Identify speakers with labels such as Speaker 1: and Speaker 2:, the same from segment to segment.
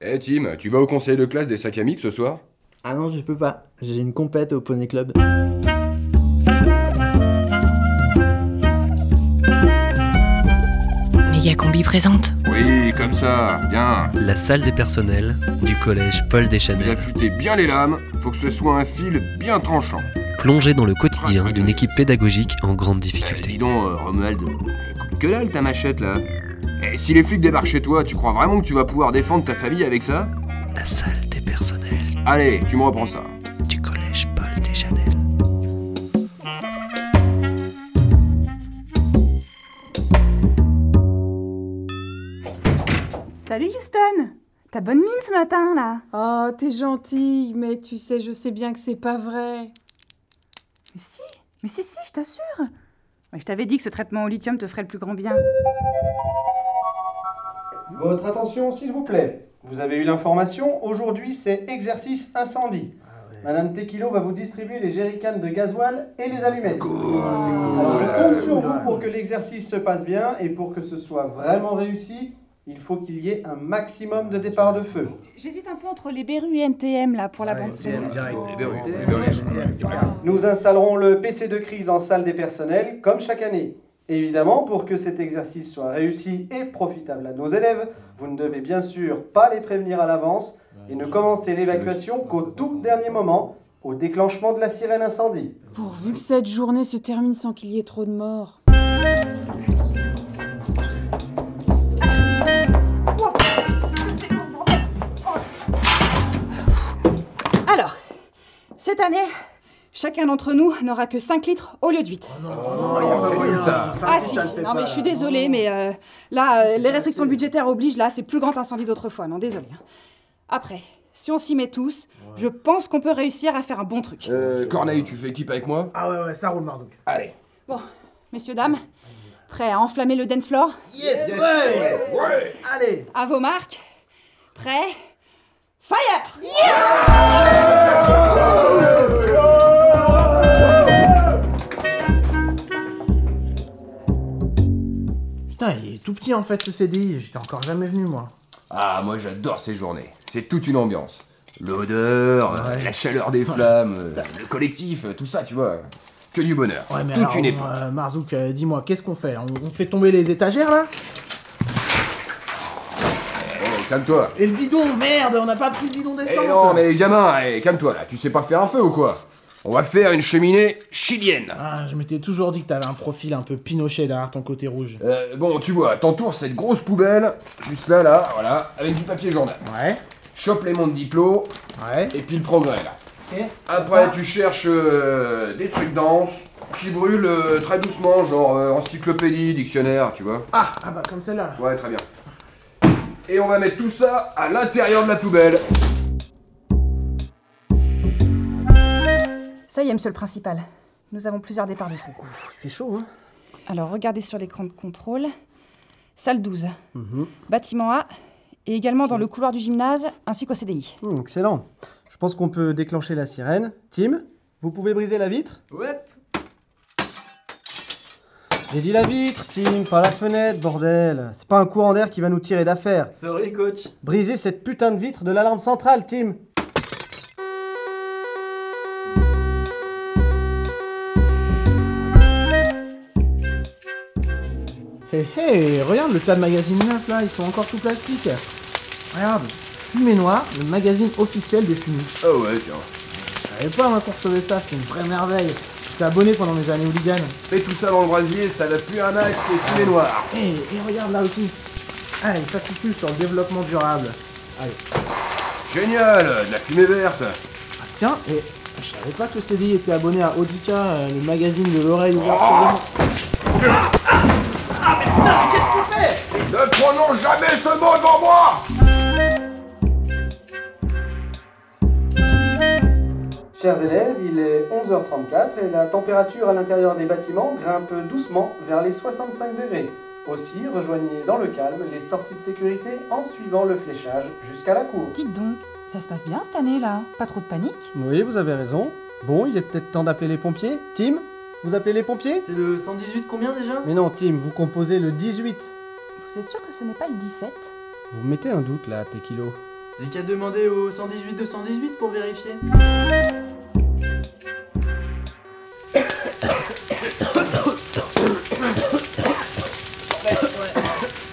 Speaker 1: Eh Tim, tu vas au conseil de classe des 5 amis ce soir
Speaker 2: Ah non, je peux pas. J'ai une compète au Poney Club.
Speaker 3: Mégacombi présente.
Speaker 1: Oui, comme ça, bien.
Speaker 4: La salle des personnels du collège Paul
Speaker 1: Vous
Speaker 4: Deschanel,
Speaker 1: affûtez bien les lames, faut que ce soit un fil bien tranchant.
Speaker 4: plongée dans le quotidien d'une équipe pédagogique en grande
Speaker 1: Eh, dis
Speaker 4: difficulté.
Speaker 1: donc, euh, Romuald, euh, coupe que dalle ta machette là. Et si les flics débarquent chez toi, tu crois vraiment que tu vas pouvoir défendre ta famille avec ça
Speaker 4: La salle des personnels
Speaker 1: Allez, tu me reprends ça.
Speaker 4: du collège Paul Deschanel.
Speaker 5: Salut Houston T'as bonne mine ce matin là
Speaker 6: Oh, t'es gentille, mais tu sais, je sais bien que c'est pas vrai.
Speaker 5: Mais si, mais si, si, je t'assure Ouais, Je t'avais dit que ce traitement au lithium te ferait le plus grand bien.
Speaker 7: Votre attention, s'il vous plaît. Vous avez eu l'information, aujourd'hui c'est exercice incendie. Madame Tequilo va vous distribuer les jerrycans de gasoil et les allumettes. Alors, je compte sur vous pour que l'exercice se passe bien et pour que ce soit vraiment réussi, il faut qu'il y ait un maximum de départ de feu.
Speaker 5: J'hésite un peu entre les berrues NTM là pour la bande son.
Speaker 7: Nous installerons le PC de crise en salle des personnels comme chaque année. Évidemment, pour que cet exercice soit réussi et profitable à nos élèves, vous ne devez bien sûr pas les prévenir à l'avance et ne commencer l'évacuation qu'au tout dernier moment, au déclenchement de la sirène incendie.
Speaker 6: Pourvu que cette journée se termine sans qu'il y ait trop de morts.
Speaker 5: Alors, cette année, chacun d'entre nous n'aura que 5 litres au lieu de 8. ah si, non mais je suis désolée, mais euh, là, euh, les restrictions budgétaires obligent, là, c'est plus grand incendie d'autrefois, non, désolée. hein. Après, si on s'y met tous, je pense qu'on peut réussir à faire un bon truc.
Speaker 1: Euh, Corneille, tu fais équipe avec moi
Speaker 8: Ah ouais, ouais, ça roule Marzouk.
Speaker 1: Allez.
Speaker 5: Bon, messieurs, dames, prêts à enflammer le dance floor
Speaker 8: Yes, ouais, Allez
Speaker 5: À vos marques, prêts, fire
Speaker 8: Putain, il est tout petit en fait ce CDI, j'étais encore jamais venu moi.
Speaker 1: Ah, moi j'adore ces journées. C'est toute une ambiance. L'odeur, euh, la chaleur des flammes, euh, le collectif, euh, tout ça, tu vois. Que du bonheur. Toute
Speaker 8: alors,
Speaker 1: une époque.
Speaker 8: euh, Marzouk, euh, dis-moi, qu'est-ce qu'on fait on, on fait tomber les étagères là
Speaker 1: Eh, Calme-toi.
Speaker 8: Et le bidon, merde, on n'a pas pris le bidon
Speaker 1: Eh
Speaker 8: d'essence
Speaker 1: non, mais gamin, eh, calme-toi là. Tu sais pas faire un feu ou quoi On va faire une cheminée chilienne.
Speaker 8: Ah, je m'étais toujours dit que t'avais un profil un peu pinochet derrière ton côté rouge.
Speaker 1: Euh, bon, tu vois, t'entoures cette grosse poubelle, juste là, là, voilà, avec du papier journal.
Speaker 8: Ouais,
Speaker 1: Chope les mondes diplômes
Speaker 8: ouais.
Speaker 1: et puis le progrès, là. Après, tu cherches euh, des trucs denses qui brûlent euh, très doucement, genre euh, encyclopédie, dictionnaire, tu vois.
Speaker 8: Ah, ah bah comme celle-là.
Speaker 1: Ouais, très bien. Et on va mettre tout ça à l'intérieur de la poubelle.
Speaker 5: Ça y est, monsieur le principal, nous avons plusieurs départs de feu.
Speaker 8: C'est chaud, hein
Speaker 5: Alors, regardez sur l'écran de contrôle, salle 12,
Speaker 8: Mhm.
Speaker 5: bâtiment A, et également dans le couloir du gymnase, ainsi qu'au CDI.
Speaker 7: Hmm, excellent. Je pense qu'on peut déclencher la sirène. Tim, vous pouvez briser la vitre
Speaker 8: Ouais.
Speaker 7: J'ai dit la vitre, Tim, pas la fenêtre, bordel. C'est pas un courant d'air qui va nous tirer d'affaire.
Speaker 8: Sorry coach.
Speaker 7: Brisez cette putain de vitre de l'alarme centrale, Tim.
Speaker 8: Hé hé, regarde le tas de magazines neufs là, ils sont encore tout plastique. Regarde, Fumée Noire, le magazine officiel des fumées.
Speaker 1: Ah ouais, tiens.
Speaker 8: Je savais pas moi, qu'on recevait ça, c'est une vraie merveille. J'étais abonné pendant mes années hooligan.
Speaker 1: Mets tout ça dans le brasier, ça n'a plus un axe, c'est fumé noir.
Speaker 8: Et, et regarde là aussi. Ah, une fascicule sur le développement durable. Allez.
Speaker 1: Génial, de la fumée verte.
Speaker 8: Ah, tiens, et je savais pas que CDI était abonné à Audica, euh, le magazine de l'oreille ouverte sur le monde.
Speaker 1: Ne prononce jamais ce mot devant moi
Speaker 7: Chers élèves, il est 11h34 et la température à l'intérieur des bâtiments grimpe doucement vers les 65 degrés. Aussi, rejoignez dans le calme les sorties de sécurité en suivant le fléchage jusqu'à la cour.
Speaker 5: Dites donc, ça se passe bien cette année là Pas trop de panique
Speaker 7: Oui, vous avez raison. Bon, il est peut-être temps d'appeler les pompiers. Tim, vous appelez les pompiers
Speaker 9: C'est le 118 combien déjà
Speaker 7: Mais non, Tim, vous composez le 18.
Speaker 10: Vous êtes sûr que ce n'est pas le 17
Speaker 7: Vous mettez un doute là, Tequilo.
Speaker 3: J'ai qu'à demander au 118 218 pour vérifier.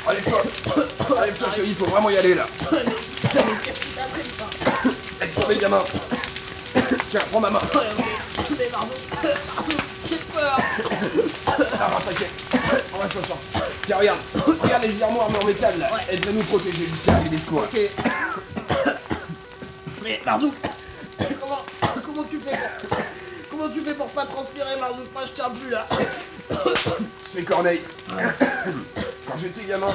Speaker 1: Enlève-toi Enlève-toi, je te dis, faut vraiment y aller là Laisse tomber, gamin Tiens, prends ma main j'ai peur Ah, t'inquiète On va s'en sortir Tiens, regarde Regarde les armoires mais en métal là Elles devaient nous protéger jusqu'à l'arrivée des secours Ok
Speaker 3: Mais Marzouk Comment comment tu fais pour, Comment tu fais pour pas transpirer Marzouk Moi je tiens plus là
Speaker 1: C'est Corneille. Quand j'étais gamin,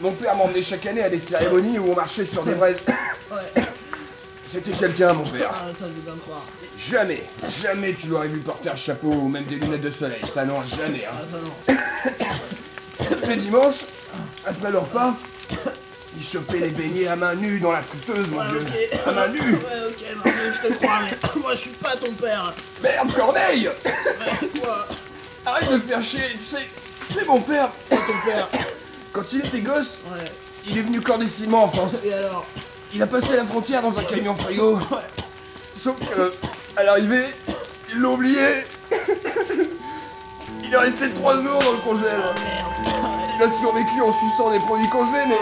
Speaker 1: mon père m'emmenait chaque année à des cérémonies où on marchait sur des braises. C'était quelqu'un, mon père. Jamais, jamais tu l'aurais vu porter un chapeau ou même des lunettes de soleil. Ça non, jamais. hein. Les dimanches, après le repas, il chopait les beignets à main nue dans la friteuse, mon Ah, vieux. À main nue
Speaker 3: Ouais ok Marzouk je te crois mais moi je suis pas ton père
Speaker 1: Merde, Corneille
Speaker 3: Quoi
Speaker 1: Arrête de faire chier, tu sais, c'est mon père.
Speaker 3: Ton père
Speaker 1: Quand il était gosse,
Speaker 3: Ouais
Speaker 1: il est venu clandestinement en France.
Speaker 3: Et alors
Speaker 1: Il a passé la frontière dans un camion frigo. Sauf que, à l'arrivée, il l'a oublié. Il est resté trois jours dans le congèle. Il a survécu en suçant des produits congelés, mais.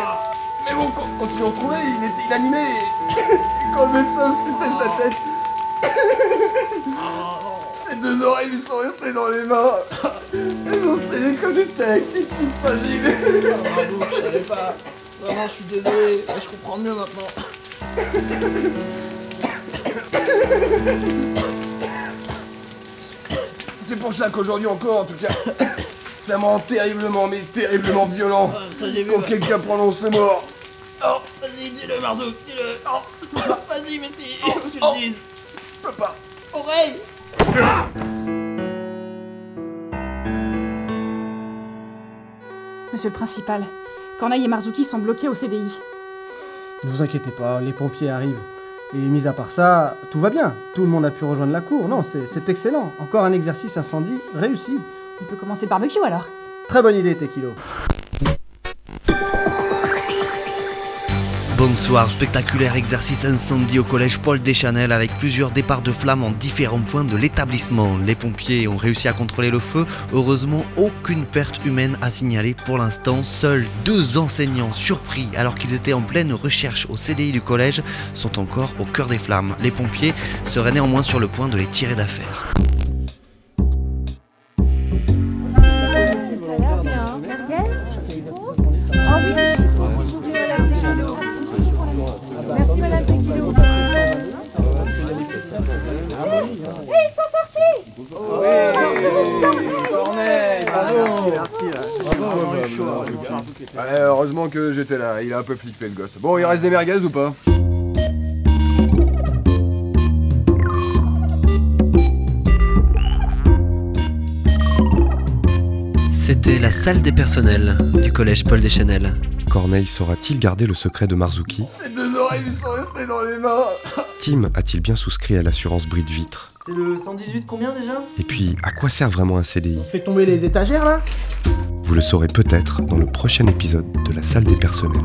Speaker 1: Mais bon, quand, quand ils l'ont trouvé, il était inanimé. Et, et quand le médecin auscultait sa tête. Ses deux oreilles lui sont restées dans les mains. Elles ont saigné comme des stalactites toutes fragiles.
Speaker 3: Marzouk Ah, je savais pas Vraiment je suis désolé je comprends mieux maintenant
Speaker 1: C'est pour ça qu'aujourd'hui encore, en tout cas, ça me rend terriblement, mais terriblement violent
Speaker 3: Ah, Ça j'ai vu
Speaker 1: quand quelqu'un prononce le mot.
Speaker 3: Oh Vas-y dis-le Marzouk dis-le Oh Vas-y mais si
Speaker 1: Oh,
Speaker 3: il faut que tu le dises
Speaker 1: Je peux pas.
Speaker 3: Oreille
Speaker 5: Monsieur le principal, Corneille et Marzuki sont bloqués au CDI.
Speaker 8: Ne vous inquiétez pas, les pompiers arrivent. Et mis à part ça, tout va bien. Tout le monde a pu rejoindre la cour. Non, c'est c'est excellent. Encore un exercice incendie réussi.
Speaker 5: On peut commencer le barbecue alors
Speaker 8: Très bonne idée, Tequilo.
Speaker 4: Bonsoir, spectaculaire exercice incendie au collège Paul Deschanel avec plusieurs départs de flammes en différents points de l'établissement. Les pompiers ont réussi à contrôler le feu. Heureusement, aucune perte humaine à signaler pour l'instant. Seuls deux enseignants surpris alors qu'ils étaient en pleine recherche au CDI du collège sont encore au cœur des flammes. Les pompiers seraient néanmoins sur le point de les tirer d'affaire.
Speaker 6: Ça a l'air bien.
Speaker 10: Ah
Speaker 1: heureusement que j'étais là, il a un peu flippé le gosse. Bon, il reste des merguez ou pas
Speaker 4: C'était la salle des personnels du collège Paul Deschanel.
Speaker 9: Corneille saura-t-il garder le secret de Marzuki
Speaker 1: Ses deux oreilles lui sont restées dans les mains.
Speaker 9: Tim a-t-il bien souscrit à l'assurance bris de vitre
Speaker 3: C'est le 118 combien déjà
Speaker 9: Et puis, à quoi sert vraiment un CDI
Speaker 8: Fait tomber les étagères là
Speaker 9: Vous le saurez peut-être dans le prochain épisode de la salle des personnels.